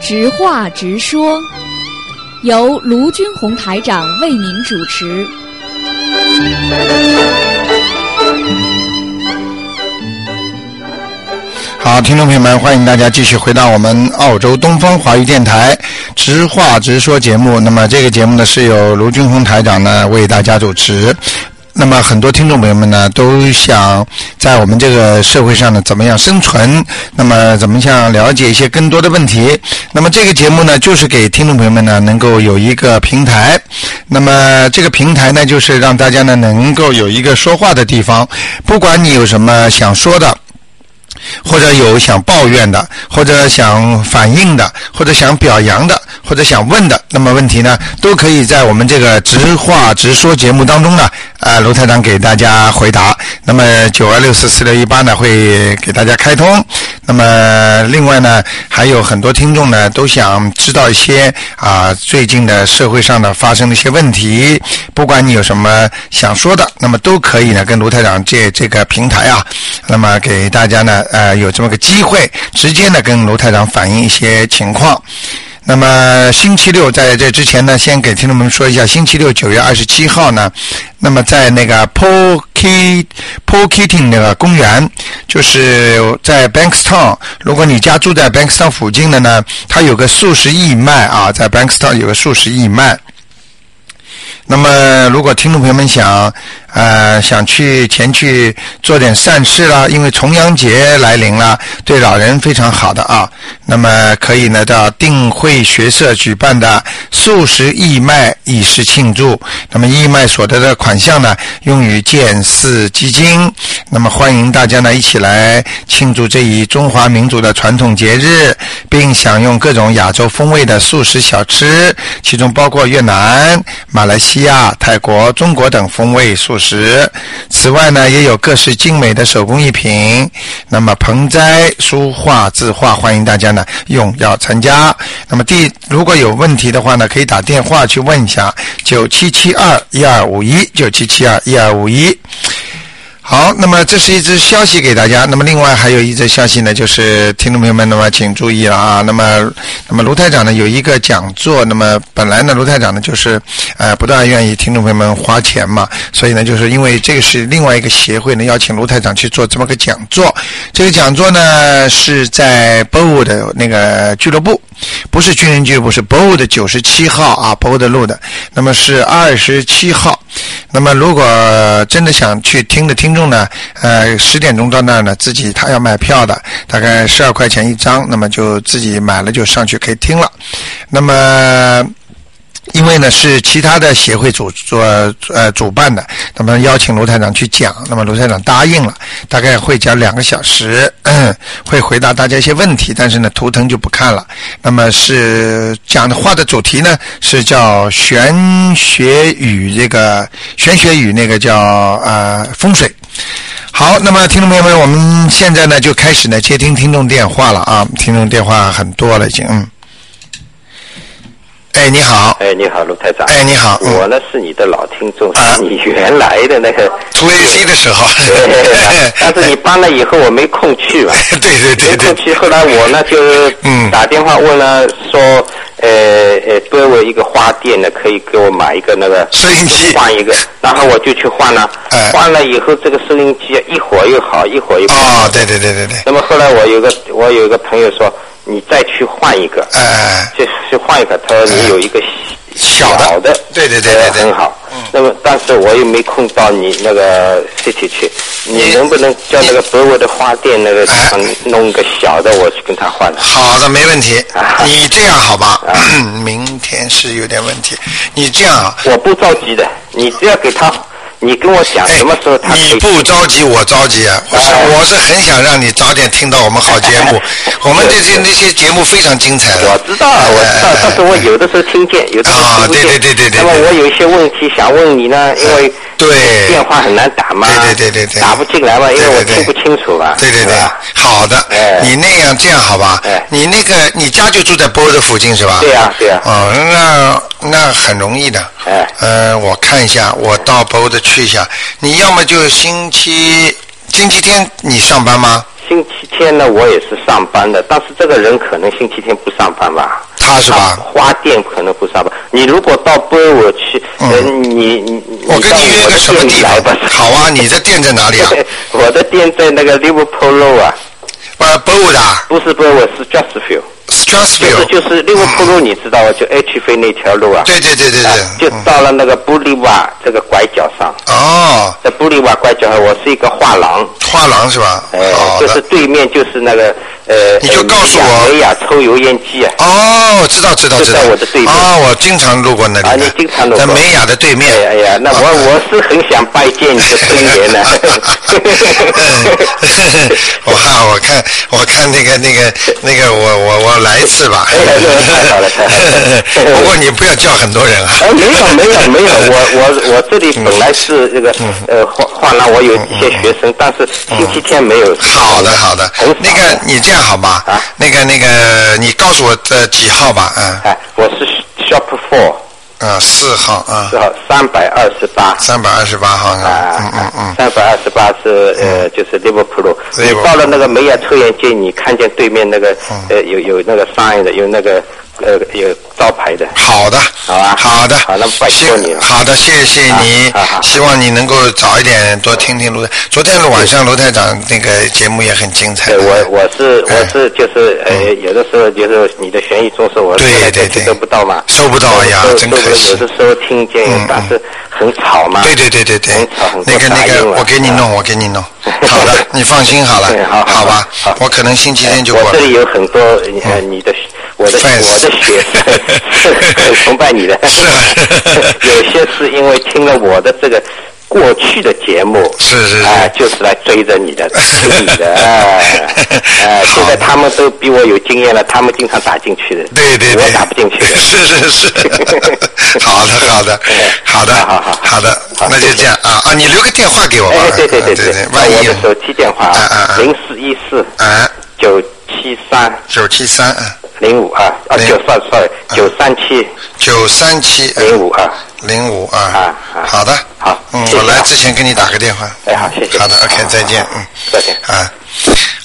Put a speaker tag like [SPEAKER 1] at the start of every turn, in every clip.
[SPEAKER 1] 直话直说，由卢军红台长为您主持。
[SPEAKER 2] 好，听众朋友们，欢迎大家继续回到我们澳洲东方华语电台《直话直说》节目。那么这个节目呢，是由卢军红台长呢为大家主持。那么很多听众朋友们呢，都想在我们这个社会上呢，怎么样生存？那么怎么样了解一些更多的问题？那么这个节目呢，就是给听众朋友们呢，能够有一个平台。那么这个平台呢，就是让大家呢，能够有一个说话的地方。不管你有什么想说的，或者有想抱怨的，或者想反映的，或者想表扬的，或者想问的，那么问题呢，都可以在我们这个直话直说节目当中呢，呃，卢台长给大家回答。那么九二六四四六一八呢，会给大家开通。那么另外呢，还有很多听众呢，都想知道一些啊、最近的社会上呢发生的一些问题，不管你有什么想说的，那么都可以呢跟卢台长借这个平台啊，那么给大家呢呃有这么个机会，直接呢跟卢台长反映一些情况。那么星期六在这之前呢，先给听众们说一下，星期六九月二十七号呢，那么在那个 p o k e p o k e t i n g 那个公园，就是在 Bankstown，如果你家住在 Bankstown 附近的呢，它有个素食义卖啊，在 Bankstown 有个素食义卖。那么，如果听众朋友们想，呃，想去前去做点善事啦，因为重阳节来临了，对老人非常好的啊。那么可以呢到定慧学社举办的素食义卖以示庆祝。那么义卖所得的款项呢，用于建寺基金。那么欢迎大家呢一起来庆祝这一中华民族的传统节日，并享用各种亚洲风味的素食小吃，其中包括越南、马来西亚、泰国、中国等风味素食。此外呢，也有各式精美的手工艺品，那么盆栽、书画、字画，欢迎大家呢踊跃参加。那么第如果有问题的话呢，可以打电话去问一下九七七二一二五一九七七二一二五一。好，那么这是一则消息给大家。那么另外还有一则消息呢，就是听众朋友们，那么请注意了啊。那么，那么卢台长呢有一个讲座，那么本来呢卢台长呢就是呃不大愿意听众朋友们花钱嘛，所以呢就是因为这个是另外一个协会呢邀请卢台长去做这么个讲座。这个讲座呢是在 BO 的那个俱乐部，不是军人俱乐部，是 BO 的九十七号啊，BO 的路的，那么是二十七号。那么，如果真的想去听的听众呢，呃，十点钟到那儿呢，自己他要买票的，大概十二块钱一张，那么就自己买了就上去可以听了。那么。因为呢是其他的协会主做呃主办的，那么邀请卢台长去讲，那么卢台长答应了，大概会讲两个小时， 会回答大家一些问题，但是呢图腾就不看了。那么是讲的话的主题呢是叫玄学与这个玄学与那个叫呃风水。好，那么听众朋友们，我们现在呢就开始呢接听听众电话了啊，听众电话很多了已经，嗯。哎，你好，
[SPEAKER 3] 哎，你好，卢台长。
[SPEAKER 2] 哎你好嗯
[SPEAKER 3] 我呢是你的老听众，
[SPEAKER 2] 啊
[SPEAKER 3] 是你原来的 那个。
[SPEAKER 2] 出 AC 的时候，
[SPEAKER 3] 但是你搬了以后，我没空去嘛。
[SPEAKER 2] 对对 对
[SPEAKER 3] 没
[SPEAKER 2] 对
[SPEAKER 3] 空，去，后来我呢就
[SPEAKER 2] 嗯
[SPEAKER 3] 打电话问了，说，呃呃，给我一个花店呢，可以给我买一个那个
[SPEAKER 2] 收音机
[SPEAKER 3] 换一个，然后我就去换了
[SPEAKER 2] 哎，
[SPEAKER 3] 换了以后这个收音机一会儿又好，一会儿又不好。
[SPEAKER 2] 哦，对对对对对，
[SPEAKER 3] 那么后来我有个我有一个朋友说，你再去换一个。
[SPEAKER 2] 呃，
[SPEAKER 3] 就去换一个，他说你有一个
[SPEAKER 2] 哎小的
[SPEAKER 3] 的，
[SPEAKER 2] 对对对对
[SPEAKER 3] 呃
[SPEAKER 2] 对嗯
[SPEAKER 3] 很好。那么，但是我又没空到你那个 city 去，你能不能叫那个德国的花店那个地方弄个小的，我去跟他换了？
[SPEAKER 2] 好的，没问题
[SPEAKER 3] 啊。
[SPEAKER 2] 你这样好吧？ 明天是有点问题。你这样啊，
[SPEAKER 3] 我不着急的，你只要给他，你跟我讲
[SPEAKER 2] 哎
[SPEAKER 3] 什么时候他，可
[SPEAKER 2] 你
[SPEAKER 3] 以。
[SPEAKER 2] 不着急，我着急啊。我是
[SPEAKER 3] 哎
[SPEAKER 2] 我是很想让你早点听到我们好 节目，我们这些那些节目非常精彩的。
[SPEAKER 3] 我知道，啊我知道
[SPEAKER 2] 哎，
[SPEAKER 3] 但是我有的时候听见，有的时候
[SPEAKER 2] 啊
[SPEAKER 3] 听不见。
[SPEAKER 2] 对对对对对
[SPEAKER 3] 那么我有一些问题想问你呢，因为
[SPEAKER 2] 对
[SPEAKER 3] 电话很难打嘛，
[SPEAKER 2] 哎对对对对对
[SPEAKER 3] 打不进来嘛，因为我
[SPEAKER 2] 对对对
[SPEAKER 3] 听不清楚嘛，
[SPEAKER 2] 对对
[SPEAKER 3] 啊是
[SPEAKER 2] 对
[SPEAKER 3] 吧，
[SPEAKER 2] 好的
[SPEAKER 3] 哎。
[SPEAKER 2] 你那样这样好吧
[SPEAKER 3] 哎？
[SPEAKER 2] 你那个你家就住在波的附近是吧？
[SPEAKER 3] 对呀对呀
[SPEAKER 2] 哦，那那很容易的。
[SPEAKER 3] 哎
[SPEAKER 2] 呃，我看一下，我到博的去一下。你要么就星期星期天你上班吗？
[SPEAKER 3] 星期期天呢，我也是上班的，但是这个人可能星期天不上班吧。
[SPEAKER 2] 他是吧？
[SPEAKER 3] 花店可能不上班。你如果到波尔去，
[SPEAKER 2] 嗯
[SPEAKER 3] 呃，你你
[SPEAKER 2] 我跟你约
[SPEAKER 3] 你到我
[SPEAKER 2] 个
[SPEAKER 3] 的
[SPEAKER 2] 什么
[SPEAKER 3] 店
[SPEAKER 2] 地
[SPEAKER 3] 里来
[SPEAKER 2] 方
[SPEAKER 3] 吧？？
[SPEAKER 2] 好啊，你的店在哪 里啊？
[SPEAKER 3] 我的店在那个 Liverpool Road 啊，
[SPEAKER 2] 呃 b o d a
[SPEAKER 3] 不是波尔，是 j u s t f i e l d
[SPEAKER 2] s t r a s b
[SPEAKER 3] 就
[SPEAKER 2] u r
[SPEAKER 3] 是
[SPEAKER 2] g
[SPEAKER 3] 就是利物浦路，你知道啊吧？就 H 飞那条路啊，
[SPEAKER 2] 对对对对
[SPEAKER 3] 啊
[SPEAKER 2] 对，
[SPEAKER 3] 就
[SPEAKER 2] 嗯
[SPEAKER 3] 到了那个布利瓦这个拐角上，
[SPEAKER 2] 哦，
[SPEAKER 3] 在布利瓦拐角上，我是一个画廊，
[SPEAKER 2] 画廊是吧？
[SPEAKER 3] 呃，
[SPEAKER 2] 好
[SPEAKER 3] 就是
[SPEAKER 2] 的。
[SPEAKER 3] 对面就是那个呃，
[SPEAKER 2] 你就
[SPEAKER 3] 呃
[SPEAKER 2] 告诉
[SPEAKER 3] 美雅
[SPEAKER 2] 我
[SPEAKER 3] 美雅抽油烟机啊，
[SPEAKER 2] 哦，知道知道
[SPEAKER 3] 就
[SPEAKER 2] 知道。
[SPEAKER 3] 在我的对面
[SPEAKER 2] 哦，我经常路过那里的。
[SPEAKER 3] 啊你经常路过
[SPEAKER 2] 在美雅的对
[SPEAKER 3] 哎呀哎
[SPEAKER 2] 面。。
[SPEAKER 3] 呀，那我我是很想拜见你的尊严呢
[SPEAKER 2] 我看我看我看那个那个那个我我我来一次吧。
[SPEAKER 3] 哎呀太好了太 好了
[SPEAKER 2] 不过你不要叫很多人啊。
[SPEAKER 3] 哎，没有哎嗯没有没有，我我我这里本来是这个呃画画廊，我有一些学生，但是星期天没有。
[SPEAKER 2] 好的，好的
[SPEAKER 3] 很少。
[SPEAKER 2] 那个，你这样好吧？
[SPEAKER 3] 哎啊
[SPEAKER 2] 那个，那个，你告诉我呃几号吧？嗯，
[SPEAKER 3] 哎，我是 shop four
[SPEAKER 2] 啊，四号啊，
[SPEAKER 3] 是好三百二十八。
[SPEAKER 2] 三百二十八号啊，嗯嗯
[SPEAKER 3] 啊
[SPEAKER 2] 嗯，，
[SPEAKER 3] 三百二十八是呃，就是 Liverpool。你
[SPEAKER 2] Liverpool
[SPEAKER 3] 到了那个梅亚抽烟街，你看见对面那个呃有有那个商业的，有那个呃有招牌的。
[SPEAKER 2] 好的，
[SPEAKER 3] 好啊
[SPEAKER 2] 好的，
[SPEAKER 3] 好那拜托
[SPEAKER 2] 谢
[SPEAKER 3] 你了
[SPEAKER 2] 好的，谢谢你
[SPEAKER 3] 啊啊啊，
[SPEAKER 2] 希望你能够早一点多听听卢。昨天晚上卢台长那个节目也很精彩的，
[SPEAKER 3] 对，我我是
[SPEAKER 2] 哎嗯
[SPEAKER 3] 我是就是呃，有的时候就是你的悬疑综述，我
[SPEAKER 2] 对
[SPEAKER 3] 后来
[SPEAKER 2] 对
[SPEAKER 3] 再去
[SPEAKER 2] 对
[SPEAKER 3] 收不到嘛，
[SPEAKER 2] 收不到哎呀
[SPEAKER 3] 收
[SPEAKER 2] 真可
[SPEAKER 3] 收不到
[SPEAKER 2] 惜
[SPEAKER 3] 有的时候听见，但是很吵嘛。
[SPEAKER 2] 嗯对对对对对
[SPEAKER 3] 很吵，很多
[SPEAKER 2] 那个那
[SPEAKER 3] 杂音
[SPEAKER 2] 个，
[SPEAKER 3] 嘛
[SPEAKER 2] 我给你弄，我给你 弄。好的，你放心好了
[SPEAKER 3] 嗯对，好好
[SPEAKER 2] 吧
[SPEAKER 3] 好？哎
[SPEAKER 2] 我可能星期天就过
[SPEAKER 3] 我这
[SPEAKER 2] 来。
[SPEAKER 3] 里有很多呃你的我的
[SPEAKER 2] Fans
[SPEAKER 3] 我的学生 很崇拜你的，
[SPEAKER 2] 是啊
[SPEAKER 3] 有些是因为听了我的这个。过去的节目
[SPEAKER 2] 是是是
[SPEAKER 3] 啊、就是来追着你的，追你 的，哎、哎
[SPEAKER 2] 好
[SPEAKER 3] 现在他们都比我有经验了，他们经常打进去的，
[SPEAKER 2] 对对对，
[SPEAKER 3] 我打不进去的，
[SPEAKER 2] 是是 是，好的好的好的
[SPEAKER 3] 哎好好
[SPEAKER 2] 好的，
[SPEAKER 3] 好
[SPEAKER 2] 那就这样啊啊！你留个电话给我吧
[SPEAKER 3] 哎，，对对
[SPEAKER 2] 对
[SPEAKER 3] 对对，
[SPEAKER 2] 万
[SPEAKER 3] 我
[SPEAKER 2] 一有
[SPEAKER 3] 的手机电话
[SPEAKER 2] 啊啊啊
[SPEAKER 3] 零四一四
[SPEAKER 2] 啊
[SPEAKER 3] 九七三
[SPEAKER 2] 九七三啊
[SPEAKER 3] 零五二啊
[SPEAKER 2] 零
[SPEAKER 3] 九三 sorry 九三七
[SPEAKER 2] 九三七嗯
[SPEAKER 3] 零五二，
[SPEAKER 2] 零五
[SPEAKER 3] 啊
[SPEAKER 2] 啊，
[SPEAKER 3] 啊
[SPEAKER 2] 好的
[SPEAKER 3] 好
[SPEAKER 2] 嗯
[SPEAKER 3] 谢，谢
[SPEAKER 2] 我来
[SPEAKER 3] 啊
[SPEAKER 2] 之前给你打个电话，
[SPEAKER 3] 哎好谢谢，
[SPEAKER 2] 好的，OK，再见
[SPEAKER 3] 好，好
[SPEAKER 2] 嗯
[SPEAKER 3] 好。再见。
[SPEAKER 2] 啊。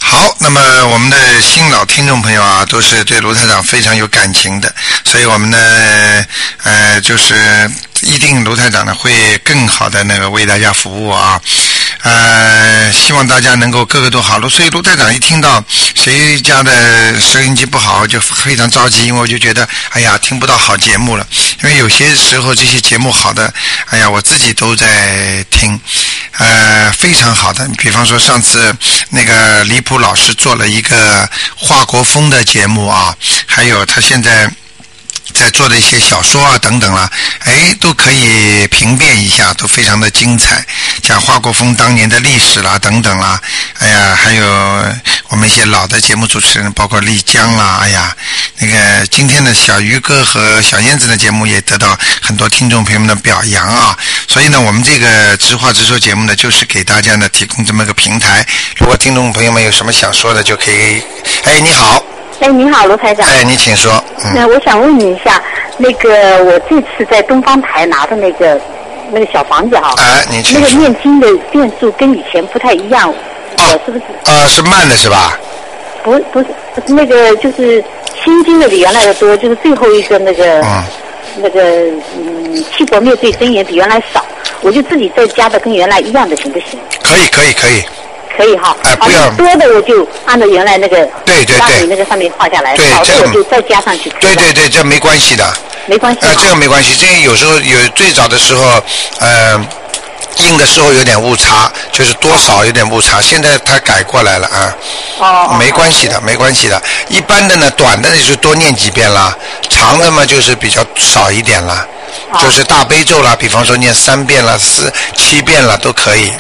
[SPEAKER 2] 好，那么我们的新老听众朋友啊，都是对卢台长非常有感情的，所以我们呢，呃，就是一定卢台长呢会更好的那个为大家服务啊，呃，希望大家能够个个都好。所以卢台长一听到谁家的收音机不好，就非常着急，因为我就觉得，哎呀，听不到好节目了，因为有些时候这些节目好的，哎呀，我自己都在听，呃，非常好的。比方说上次那个李普老师做了一个华国锋的节目啊，还有他现在。在做的一些小说啊等等啦、哎，都可以评辨一下，都非常的精彩，讲华国锋当年的历史啦、等等啦、哎呀，还有我们一些老的节目主持人，包括丽江啦、哎呀，那个今天的小鱼哥和小燕子的节目也得到很多听众朋友们的表扬啊，所以呢，我们这个直话直说节目呢，就是给大家呢提供这么个平台，如果听众朋友们有什么想说的，就可以，哎，你好，
[SPEAKER 4] 哎，你好，卢台长。
[SPEAKER 2] 哎，你请说，嗯。
[SPEAKER 4] 那我想问你一下，那个我这次在东方台拿的那个那个小房子哈，
[SPEAKER 2] 哎你请
[SPEAKER 4] 那个
[SPEAKER 2] 说
[SPEAKER 4] 念经的遍数跟以前不太一样，我是不是
[SPEAKER 2] 呃，是慢的是吧？
[SPEAKER 4] 不不是那个就是心经的比原来的多，就是最后一个那个、
[SPEAKER 2] 嗯
[SPEAKER 4] 那个嗯七佛灭罪真言比原来少，我就自己再加的跟原来一样的行不行？
[SPEAKER 2] 可以，可以，可以。
[SPEAKER 4] 可以哈，
[SPEAKER 2] 哎
[SPEAKER 4] 好
[SPEAKER 2] 不要
[SPEAKER 4] 像多的我就按照原来那个
[SPEAKER 2] 对对
[SPEAKER 4] 拉
[SPEAKER 2] 对
[SPEAKER 4] 你那个上面画下来，
[SPEAKER 2] 对
[SPEAKER 4] 少
[SPEAKER 2] 这
[SPEAKER 4] 的
[SPEAKER 2] 个
[SPEAKER 4] 我就再加上去，可以
[SPEAKER 2] 对
[SPEAKER 4] 吧
[SPEAKER 2] 对对，这没关系的。
[SPEAKER 4] 没关系
[SPEAKER 2] 呃，
[SPEAKER 4] 哈。
[SPEAKER 2] 这个没关系，这个有时候有最早的时候，呃，印的时候有点误差，就是多少有点误差。现在它改过来了啊。
[SPEAKER 4] 哦哦
[SPEAKER 2] 没关系的，没关系的。一般的呢，短的就多念几遍啦，长的嘛就是比较少一点啦。
[SPEAKER 4] 哦
[SPEAKER 2] 就是大悲咒啦，比方说念三遍啦、四七遍啦都可以。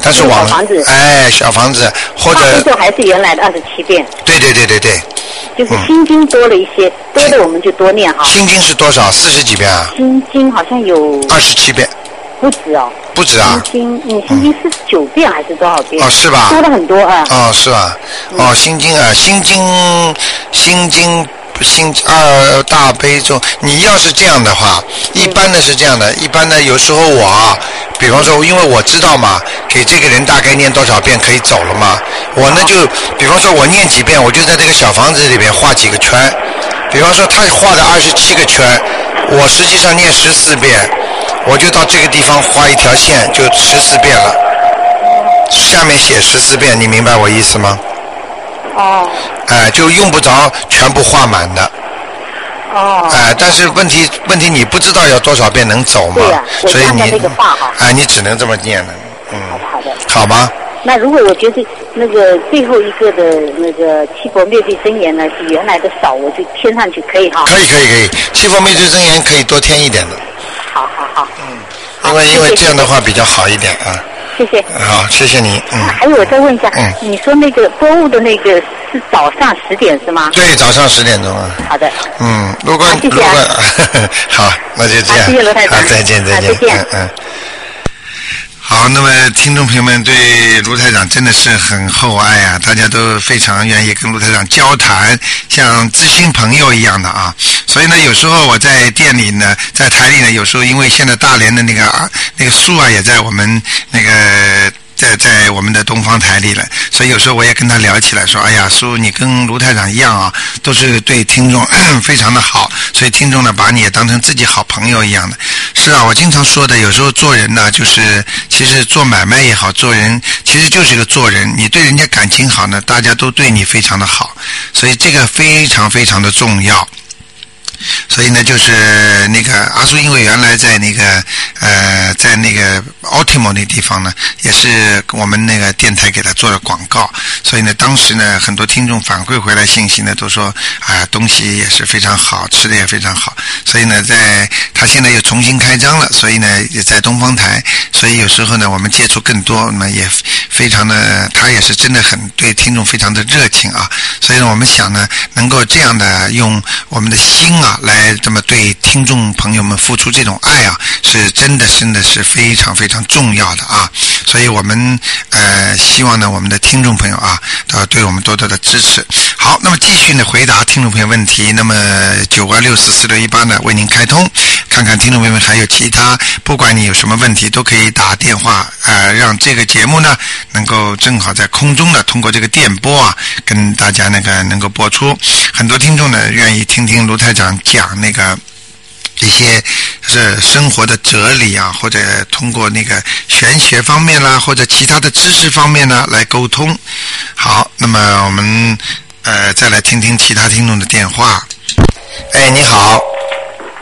[SPEAKER 2] 但是
[SPEAKER 4] 就是
[SPEAKER 2] 往
[SPEAKER 4] 嗯小房子
[SPEAKER 2] 哎，小房子或
[SPEAKER 4] 大悲
[SPEAKER 2] 者
[SPEAKER 4] 咒还是原来的二十七遍，
[SPEAKER 2] 对对对对对，
[SPEAKER 4] 就是心经多了一些，多的我们就多念哈。
[SPEAKER 2] 嗯心经是多少？四十几遍啊？
[SPEAKER 4] 心经好像有
[SPEAKER 2] 二十七遍，
[SPEAKER 4] 不止哦，
[SPEAKER 2] 不止啊？
[SPEAKER 4] 心经嗯，心经四十九遍还是多少遍？
[SPEAKER 2] 哦是吧
[SPEAKER 4] 多了很多啊。
[SPEAKER 2] 哦，是吧？哦，心经啊，心经，心经，心二大悲咒。你要是这样的话，一般的是这样的，一般的有时候我啊，比方说，因为我知道嘛，给这个人大概念多少遍可以走了嘛，我呢就，比方说我念几遍，我就在这个小房子里边画几个圈。比方说他画的二十七个圈，我实际上念十四遍，我就到这个地方画一条线，就十四遍了。下面写十四遍，你明白我意思吗？
[SPEAKER 4] 哦
[SPEAKER 2] 哎、就用不着全部画满的。
[SPEAKER 4] 哦，
[SPEAKER 2] 哎、但是问题问题你不知道要多少遍能走嘛
[SPEAKER 4] 对呀，我
[SPEAKER 2] 所以
[SPEAKER 4] 按照
[SPEAKER 2] 你
[SPEAKER 4] 那个画哈
[SPEAKER 2] 哎、你只能这么念了，嗯，
[SPEAKER 4] 好的。
[SPEAKER 2] 好吧？
[SPEAKER 4] 那如果我觉得那个最后一个的那个七佛灭罪真言呢是原来的少，我就添上去可以哈。
[SPEAKER 2] 可以可以可以，七佛灭罪真言可以多添一点的，
[SPEAKER 4] 好好好，
[SPEAKER 2] 因为
[SPEAKER 4] 谢谢
[SPEAKER 2] 因为这样的话比较好一点啊。
[SPEAKER 4] 谢谢。
[SPEAKER 2] 好，谢谢你，嗯，
[SPEAKER 4] 还有我再问一下，
[SPEAKER 2] 嗯
[SPEAKER 4] 你说那个播物的那个是早上十点是吗？
[SPEAKER 2] 对，早上十点钟啊，
[SPEAKER 4] 好的，
[SPEAKER 2] 嗯，如果、
[SPEAKER 4] 好谢
[SPEAKER 2] 如
[SPEAKER 4] 谢
[SPEAKER 2] 果
[SPEAKER 4] 啊
[SPEAKER 2] 好，那就这样，
[SPEAKER 4] 好谢谢罗台长
[SPEAKER 2] 好再见再见，
[SPEAKER 4] 好再见
[SPEAKER 2] 嗯嗯。好，那么听众朋友们对卢台长真的是很厚爱啊，大家都非常愿意跟卢台长交谈，像知心朋友一样的啊。所以呢，有时候我在店里呢，在台里呢，有时候因为现在大连的那个啊那个树啊也在我们那个。在在我们的东方台里了，所以有时候我也跟他聊起来，说：“哎呀，叔，你跟卢台长一样啊，都是对听众 非常的好，所以听众呢把你也当成自己好朋友一样的。”是啊，我经常说的，有时候做人呢，就是其实做买卖也好，做人其实就是个做人。你对人家感情好呢，大家都对你非常的好，所以这个非常非常的重要。所以呢，就是那个阿叔，因为原来在那个呃，在那个 Ultimo 那地方呢，也是我们那个电台给他做了广告，所以呢，当时呢，很多听众反馈回来信息呢，都说啊、东西也是非常好，吃的也非常好，所以呢，在他现在又重新开张了，所以呢，也在东方台，所以有时候呢，我们接触更多，那么也非常的，他也是真的很对听众非常的热情啊，所以呢，我们想呢，能够这样的用我们的心啊，来这么对听众朋友们付出这种爱啊，是真的真的是非常非常重要的啊。所以我们呃希望呢，我们的听众朋友啊，呃对我们多多的支持。好，那么继续呢回答听众朋友问题。那么九二六四四六一八呢为您开通，看看听众朋友们还有其他，不管你有什么问题，都可以打电话呃，让这个节目呢能够正好在空中呢通过这个电波啊，跟大家那个能够播出。很多听众呢愿意听听卢台长讲那个。一些是生活的哲理啊，或者通过那个玄学方面啦，或者其他的知识方面呢来沟通。好，那么我们呃再来听听其他听众的电话。哎，你好，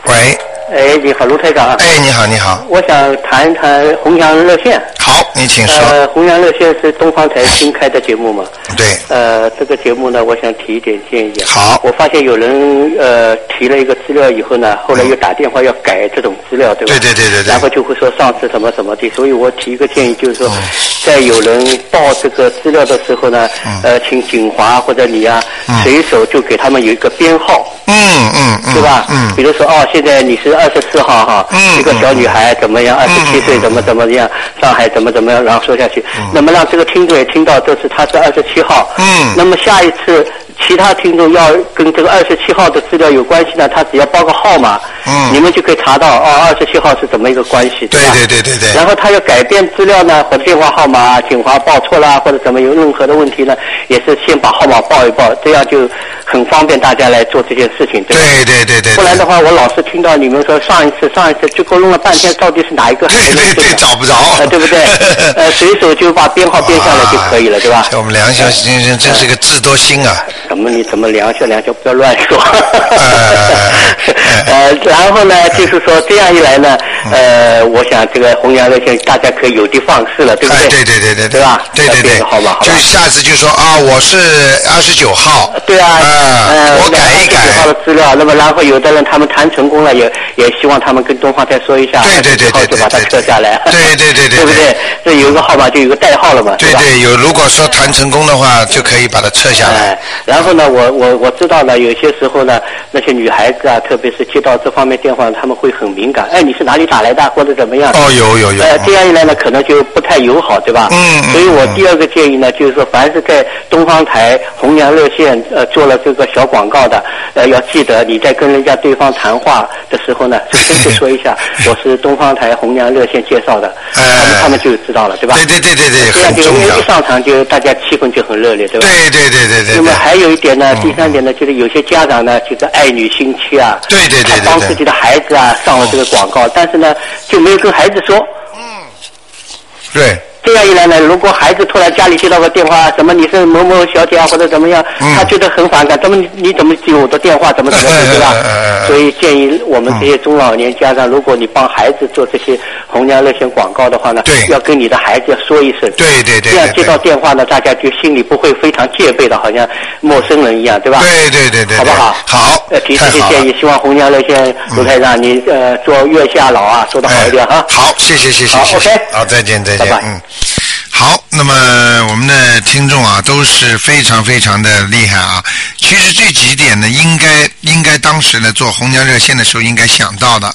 [SPEAKER 2] 喂，
[SPEAKER 3] 哎，你好，卢台长。
[SPEAKER 2] 哎，你好，你好，
[SPEAKER 3] 我想谈一谈弘扬热线。
[SPEAKER 2] 好，你请说。
[SPEAKER 3] 呃，弘扬热线是东方台新开的节目嘛？
[SPEAKER 2] 对，
[SPEAKER 3] 呃，这个节目呢，我想提一点建议啊。
[SPEAKER 2] 好
[SPEAKER 3] 我发现有人呃提了一个资料以后呢，后来又打电话要改这种资料，对吧？
[SPEAKER 2] 对对对对对
[SPEAKER 3] 然后就会说上次什么什么的，所以我提一个建议，就是说
[SPEAKER 2] 嗯，
[SPEAKER 3] 在有人报这个资料的时候呢，
[SPEAKER 2] 哦
[SPEAKER 3] 呃，请警华或者你啊，随手就给他们有一个编号。
[SPEAKER 2] 嗯嗯嗯，
[SPEAKER 3] 对吧？
[SPEAKER 2] 嗯
[SPEAKER 3] 比如说哦，现在你是二十四号哈，
[SPEAKER 2] 嗯
[SPEAKER 3] 一个小女孩怎么样？二十七岁怎么怎么样？上海怎么怎么样？然后说下去，那么让这个听众也听到，这是她是二十七号。
[SPEAKER 2] 嗯
[SPEAKER 3] 那么下一次其他听众要跟这个二十七号的资料有关系呢，他只要报个号码，
[SPEAKER 2] 嗯
[SPEAKER 3] 你们就可以查到哦，二十七号是怎么一个关系，
[SPEAKER 2] 对
[SPEAKER 3] 吧？
[SPEAKER 2] 对对对对
[SPEAKER 3] 然后他要改变资料呢，或者电话号码、警华报错啦，或者怎么有任何的问题呢，也是先把号码报一报，这样就很方便大家来做这件事情，对吧？
[SPEAKER 2] 对对对对，
[SPEAKER 3] 不然的话，我老是听到你们说上一次上一次，最后弄了半天，到底是哪一个孩子？
[SPEAKER 2] 对对对找不着
[SPEAKER 3] 呃对 不对？呃，随手就把编号编下来就可以了，对吧？
[SPEAKER 2] 啊我们梁小先生真是个智多星啊！
[SPEAKER 3] 怎么你怎么量下量下，不要乱说。
[SPEAKER 2] 哎呃
[SPEAKER 3] 呃，然后呢，就是说这样一来呢，
[SPEAKER 2] 嗯
[SPEAKER 3] 呃，我想这个弘扬热线大家可以有的放矢了，对不
[SPEAKER 2] 哎，
[SPEAKER 3] 对？
[SPEAKER 2] 对对对对
[SPEAKER 3] 对吧？
[SPEAKER 2] 对对
[SPEAKER 3] 要编
[SPEAKER 2] 对
[SPEAKER 3] 个号码，好吧
[SPEAKER 2] 就？下次就说啊，我是二十九号。
[SPEAKER 3] 对啊，
[SPEAKER 2] 啊
[SPEAKER 3] 呃，
[SPEAKER 2] 我改一改
[SPEAKER 3] 九号的资料，那么然后有的人他们谈成功了，也也希望他们跟东方再说一下，
[SPEAKER 2] 对对对对
[SPEAKER 3] 啊然后就把它撤下来，
[SPEAKER 2] 对对对对对
[SPEAKER 3] 对不对？这有一个号码就有个代号了嘛，
[SPEAKER 2] 对
[SPEAKER 3] 是吧？
[SPEAKER 2] 对，有如果说谈成功的话，就可以把它撤下来。
[SPEAKER 3] 哎，然后呢，我我我知道呢，有些时候呢，那些女孩子啊，特别是接到这方面电话，她们会很敏感。哎，你是哪里打来的，或者怎么样？
[SPEAKER 2] 哦，有有有。
[SPEAKER 3] 呃，这样一来呢，可能就不太友好，对吧？
[SPEAKER 2] 嗯嗯
[SPEAKER 3] 所以我第二个建议呢，就是说，凡是在东方台、弘扬热线呃做了这个小广告的，呃，要记得你在跟人家对方谈话 的时候呢，首先就说一下，我是东方台弘扬热线介绍的，
[SPEAKER 2] 哎
[SPEAKER 3] 他们他们就知道了，对吧？
[SPEAKER 2] 对对对对对，
[SPEAKER 3] 这样
[SPEAKER 2] 很
[SPEAKER 3] 就
[SPEAKER 2] 重
[SPEAKER 3] 因为
[SPEAKER 2] 要
[SPEAKER 3] 一。上场就大家气氛就很热烈，对吧？
[SPEAKER 2] 对对对对对
[SPEAKER 3] 那么
[SPEAKER 2] 对，嗯
[SPEAKER 3] 还有一点呢，第三点呢，就是有些家长呢，就是爱女心切啊，
[SPEAKER 2] 对对对对
[SPEAKER 3] 他帮自己的孩子啊上了这个广告，但是呢，就没有跟孩子说。
[SPEAKER 2] 对
[SPEAKER 3] 这样一来呢，如果孩子突然家里接到个电话，什么你是某某小姐啊，或者怎么样，
[SPEAKER 2] 嗯
[SPEAKER 3] 他觉得很反感，怎么你你怎么记我的电话，怎么怎么
[SPEAKER 2] 哎哎
[SPEAKER 3] 地， 对吧
[SPEAKER 2] 哎哎哎？
[SPEAKER 3] 所以建议我们这些中老年家长，如果你帮孩子做这些红娘热线广告的话呢
[SPEAKER 2] 对，
[SPEAKER 3] 要跟你的孩子说一声。
[SPEAKER 2] 对对对
[SPEAKER 3] 这样
[SPEAKER 2] 对对
[SPEAKER 3] 接到电话呢，大家就心里不会非常戒备的，好像陌生人一样，对吧？
[SPEAKER 2] 对对对对，
[SPEAKER 3] 好不好？
[SPEAKER 2] 好
[SPEAKER 3] 呃，，提出
[SPEAKER 2] 太
[SPEAKER 3] 些
[SPEAKER 2] 好了
[SPEAKER 3] 建。议，希望红娘热线卢台长你呃做月下老啊，做得好一点哈。
[SPEAKER 2] 哎好，谢谢谢谢
[SPEAKER 3] 好
[SPEAKER 2] 谢谢
[SPEAKER 3] OK
[SPEAKER 2] 好，再见再见，
[SPEAKER 3] 拜拜
[SPEAKER 2] 嗯。好，那么我们的听众啊都是非常非常的厉害啊。其实这几点呢，应该应该当时呢做红娘热线的时候应该想到的，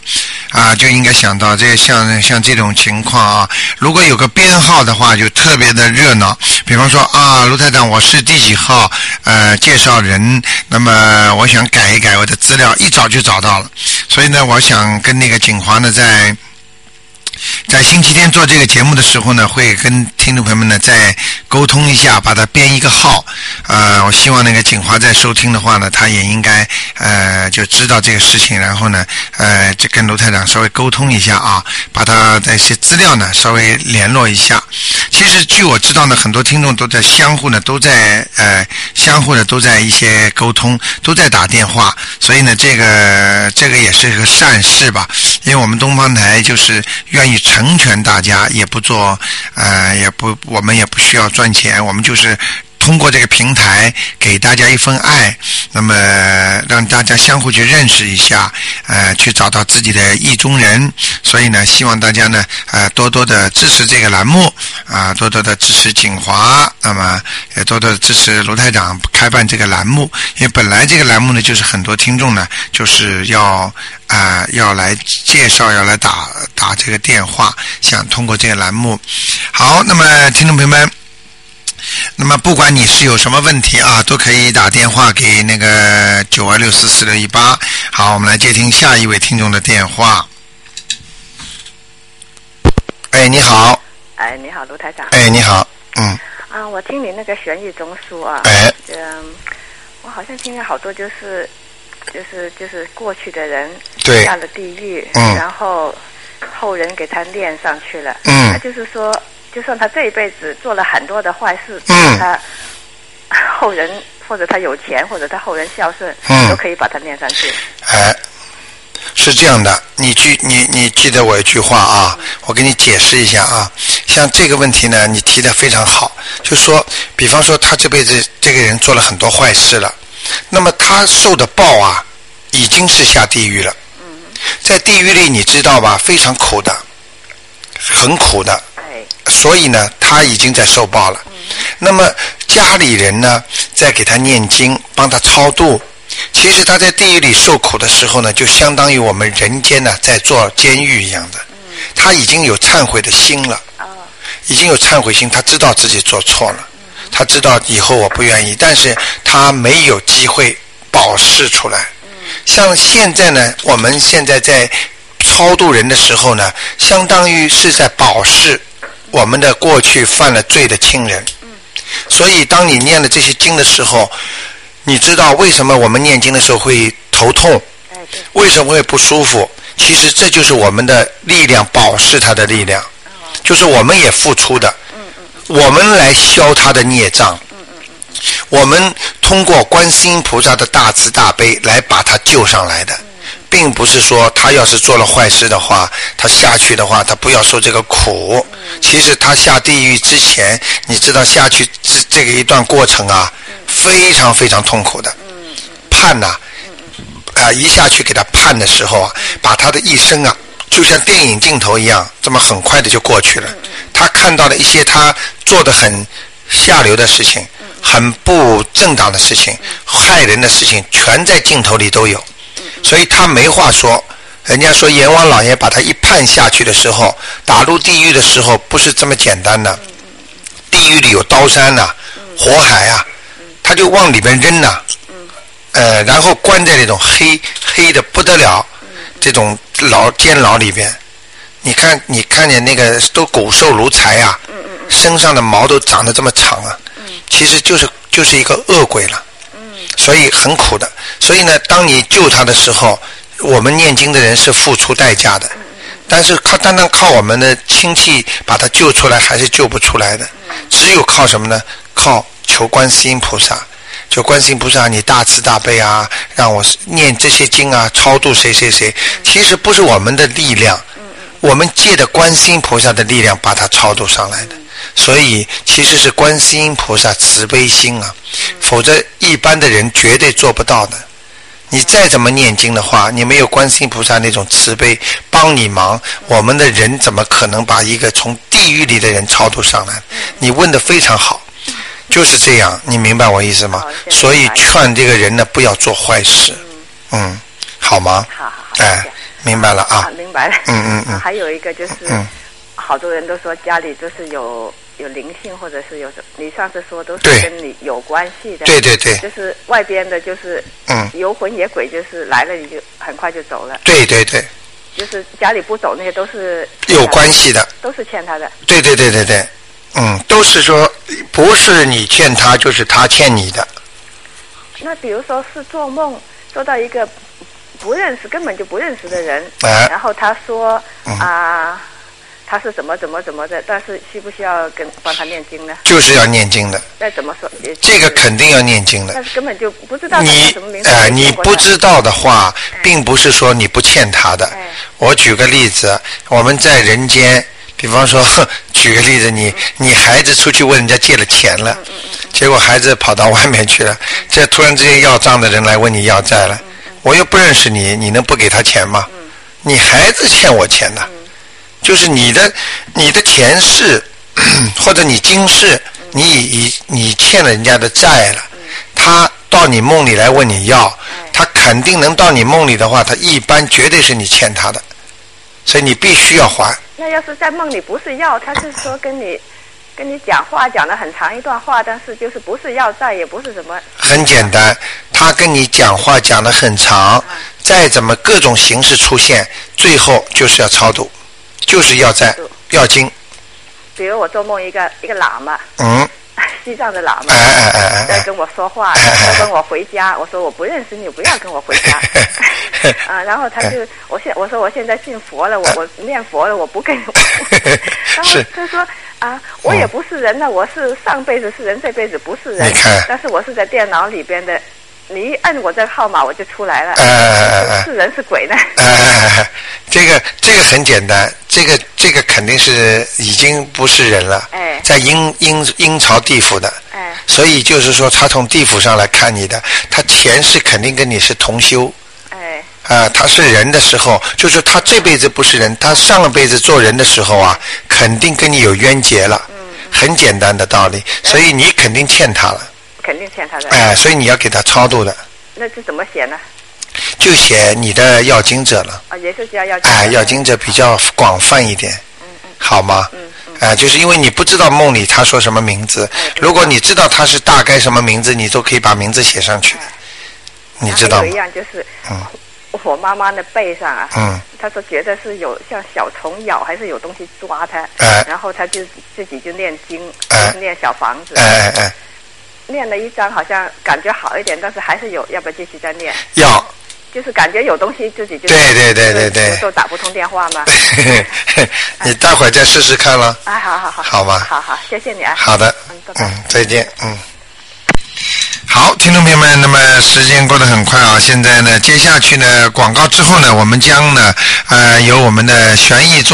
[SPEAKER 2] 啊，就应该想到这像像这种情况啊，如果有个编号的话，就特别的热闹。比方说啊，卢台长，我是第几号呃介绍人，那么我想改一改我的资料，一找就找到了。所以呢，我想跟那个景华呢在。在星期天做这个节目的时候呢，会跟听众朋友们呢再沟通一下，把它编一个号。呃，我希望那个景华在收听的话呢，他也应该呃就知道这个事情，然后呢呃这跟卢台长稍微沟通一下啊，把他的一些资料呢稍微联络一下。其实据我知道呢，很多听众都在相互呢都在呃相互呢都在一些沟通，都在打电话，所以呢这个这个也是个善事吧，因为我们东方台就是愿意成全大家，也不做呃也不我们也不需要赚钱，我们就是。通过这个平台给大家一份爱，那么让大家相互去认识一下，呃，去找到自己的意中人。所以呢，希望大家呢，呃，多多的支持这个栏目，啊、多多的支持景华，那么也多多的支持卢台长开办这个栏目，因为本来这个栏目呢，就是很多听众呢，就是要啊、要来介绍，要来打打这个电话，想通过这个栏目。好，那么听众朋友们。那么不管你是有什么问题啊，都可以打电话给那个九二六四四六一八。好，我们来接听下一位听众的电话。哎，你好，
[SPEAKER 5] 哎，你好，卢台长。
[SPEAKER 2] 哎，你好，嗯，
[SPEAKER 5] 啊，我听你那个悬疑中枢啊，
[SPEAKER 2] 哎
[SPEAKER 5] 嗯，我好像听了好多，就是，就是就是过去的人
[SPEAKER 2] 对
[SPEAKER 5] 下了地狱，
[SPEAKER 2] 嗯
[SPEAKER 5] 然后后人给他念上去了，
[SPEAKER 2] 嗯
[SPEAKER 5] 那就是说，就算他这一辈子做了很多的坏事，
[SPEAKER 2] 嗯
[SPEAKER 5] 他后人或者他有钱，或者他后人孝顺，
[SPEAKER 2] 嗯
[SPEAKER 5] 都可以把他念上去。
[SPEAKER 2] 哎，是这样的，你记你你记得我一句话啊，我给你解释一下啊。像这个问题呢，你提的非常好，就说，比方说他这辈子这个人做了很多坏事了，那么他受的报啊，已经是下地狱了。在地狱里，你知道吧？非常苦的，很苦的。
[SPEAKER 5] 哎，
[SPEAKER 2] 所以呢，他已经在受报了。那么家里人呢，在给他念经，帮他超度。其实他在地狱里受苦的时候呢，就相当于我们人间呢在做监狱一样的。他已经有忏悔的心了，已经有忏悔心，他知道自己做错了，他知道以后我不愿意，但是他没有机会保释出来。像现在呢，我们现在在超度人的时候呢，相当于是在保释我们的过去犯了罪的亲人。所以，当你念了这些经的时候，你知道为什么我们念经的时候会头痛，为什么会不舒服？其实这就是我们的力量保释他的力量，就是我们也付出的，我们来消他的孽障。我们通过观世音菩萨的大慈大悲来把他救上来的，并不是说他要是做了坏事的话，他下去的话，他不要受这个苦。其实他下地狱之前，你知道下去这这个一段过程啊，非常非常痛苦的，判呐、啊，一下去给他判的时候啊，把他的一生啊，就像电影镜头一样，这么很快的就过去了。他看到了一些他做的很下流的事情，很不正当的事情，害人的事情，全在镜头里都有。所以他没话说。人家说阎王老爷把他一判下去的时候，打入地狱的时候，不是这么简单的。地狱里有刀山呐、火海啊，他就往里边扔呐、呃，然后关在那种黑黑的不得了这种牢监牢里边。你看你看见那个都骨瘦如柴啊，身上的毛都长得这么长啊，其实就是就是一个恶鬼了，所以很苦的。所以呢，当你救他的时候，我们念经的人是付出代价的，但是靠单单靠我们的亲戚把他救出来还是救不出来的，只有靠什么呢？靠求观世音菩萨。就观世音菩萨，你大慈大悲啊，让我念这些经啊，超度谁谁谁。其实不是我们的力量，我们借着观世音菩萨的力量把它超度上来的。所以其实是观世音菩萨慈悲心啊，否则一般的人绝对做不到的。你再怎么念经的话，你没有观世音菩萨那种慈悲帮你忙，我们的人怎么可能把一个从地狱里的人超度上来？你问的非常好。就是这样，你明白我意思吗
[SPEAKER 5] 好？谢谢
[SPEAKER 2] 所以劝这个人呢，不要做坏事，嗯，好吗？
[SPEAKER 5] 好好好
[SPEAKER 2] 哎
[SPEAKER 5] 谢谢，
[SPEAKER 2] 明白了啊。
[SPEAKER 5] 明白了。
[SPEAKER 2] 嗯嗯嗯
[SPEAKER 5] 还有一个就是
[SPEAKER 2] 嗯，
[SPEAKER 5] 好多人都说家里就是有有灵性，或者是有什么，你上次说都
[SPEAKER 2] 对
[SPEAKER 5] 是跟你有关系的。
[SPEAKER 2] 对对对
[SPEAKER 5] 就是外边的，就是
[SPEAKER 2] 嗯
[SPEAKER 5] 游魂野鬼，就是来了你就很快就走了，
[SPEAKER 2] 对对对，
[SPEAKER 5] 就是家里不走那些都是欠他
[SPEAKER 2] 有
[SPEAKER 5] 的
[SPEAKER 2] 关，系的，
[SPEAKER 5] 都是欠他的。
[SPEAKER 2] 对对对对对，嗯，都是说不是你欠他，就是他欠你的，
[SPEAKER 5] 那比如说是做梦做到一个不认识、根本就不认识的人，
[SPEAKER 2] 哎
[SPEAKER 5] 然后他说
[SPEAKER 2] 嗯
[SPEAKER 5] 啊、他是怎么怎么怎么的，但是需不需要跟帮他念经呢？
[SPEAKER 2] 就是要念经的，
[SPEAKER 5] 再怎么说，也
[SPEAKER 2] 这个，肯定要念经的
[SPEAKER 5] 但。是根本就不知道他叫
[SPEAKER 2] 你
[SPEAKER 5] 什么名字，
[SPEAKER 2] 哎，
[SPEAKER 5] 没见
[SPEAKER 2] 你
[SPEAKER 5] 过
[SPEAKER 2] 不
[SPEAKER 5] 他
[SPEAKER 2] 知道的话，并不是说你不欠他的
[SPEAKER 5] 哎。
[SPEAKER 2] 我举个例子，我们在人间，比方说，举个例子，
[SPEAKER 5] 嗯
[SPEAKER 2] 你你孩子出去问人家借了钱了， 结果孩子跑到外面去了，
[SPEAKER 5] 嗯
[SPEAKER 2] 这突然之间要账的人来问你要债了，我又不认识你，你能不给他钱吗？
[SPEAKER 5] 嗯
[SPEAKER 2] 你孩子欠我钱的，就是你的你的前世 或者你今世，
[SPEAKER 5] 嗯
[SPEAKER 2] 你已已你欠了人家的债了，他到你梦里来问你要，他肯定能到你梦里的话，他一般绝对是你欠他的，所以你必须要还。
[SPEAKER 5] 那要是在梦里不是要，他是说跟你跟你讲话，讲了很长一段话，但是就是不是要债，也不是什么，
[SPEAKER 2] 很简单，他跟你讲话讲得很长，再怎么各种形式出现，最后就是要超度，就是要债要经，
[SPEAKER 5] 比如我做梦一个一个喇嘛，
[SPEAKER 2] 嗯，
[SPEAKER 5] 西藏的喇嘛
[SPEAKER 2] 哎哎哎哎
[SPEAKER 5] 在
[SPEAKER 2] 哎，
[SPEAKER 5] 跟我说话，
[SPEAKER 2] 哎。
[SPEAKER 5] 要跟我回家。我说我不认识你，不要跟我回家啊，然后他
[SPEAKER 2] 哎
[SPEAKER 5] 就我现我说我现在信佛了，我我念佛了，我不跟你。 然后
[SPEAKER 2] 是哦
[SPEAKER 5] 他说啊，我也不是人呢，我是上辈子是人，这辈子不是
[SPEAKER 2] 你
[SPEAKER 5] 人
[SPEAKER 2] 看，
[SPEAKER 5] 但是我是在电脑里边的，你一按我这个号码我就出来了
[SPEAKER 2] 哎，哎哎哎。
[SPEAKER 5] 是人是鬼呢？
[SPEAKER 2] 哎， 这个这个很简单，这个这个肯定是已经不是人了，
[SPEAKER 5] 哎
[SPEAKER 2] 在阴阴阴曹地府的，
[SPEAKER 5] 哎
[SPEAKER 2] 所以就是说他从地府上来看你的，他前世肯定跟你是同修
[SPEAKER 5] 哎
[SPEAKER 2] 啊、他是人的时候，就是他这辈子不是人，他上辈子做人的时候啊，肯定跟你有冤结了，
[SPEAKER 5] 嗯
[SPEAKER 2] 很简单的道理，所以你肯定欠他了，
[SPEAKER 5] 肯定欠他的。
[SPEAKER 2] 哎、所以你要给他超度的，
[SPEAKER 5] 那这怎么写呢？
[SPEAKER 2] 就写你的要经者了。
[SPEAKER 5] 啊，也是叫要
[SPEAKER 2] 哎，要经者比较广泛一点，好吗？哎，就是因为你不知道梦里他说什么名字，如果你知道他是大概什么名字，你都可以把名字写上去的，你知道
[SPEAKER 5] 还有一
[SPEAKER 2] 吗？
[SPEAKER 5] 样就是，我妈妈的背上啊，
[SPEAKER 2] 嗯
[SPEAKER 5] 她说觉得是有像小虫咬，还是有东西抓她，
[SPEAKER 2] 哎
[SPEAKER 5] 然后她就自己就念经，
[SPEAKER 2] 哎
[SPEAKER 5] 就是念小房子，
[SPEAKER 2] 哎哎哎，
[SPEAKER 5] 念了一张好像感觉好一点，但是还是有，要不要继续再念？
[SPEAKER 2] 要，
[SPEAKER 5] 就是感觉有东西自己就
[SPEAKER 2] 对对对对对
[SPEAKER 5] 就是都打不通电话吗？
[SPEAKER 2] 你待会儿再试试看了。
[SPEAKER 5] 哎，好好好，
[SPEAKER 2] 好吧
[SPEAKER 5] 好好，谢谢你啊，
[SPEAKER 2] 好的
[SPEAKER 5] 嗯，拜，拜
[SPEAKER 2] 嗯，再见，嗯。好，听众朋友们，那么时间过得很快啊，现在呢，接下去呢，广告之后呢，我们将呢，呃，由我们的悬疑综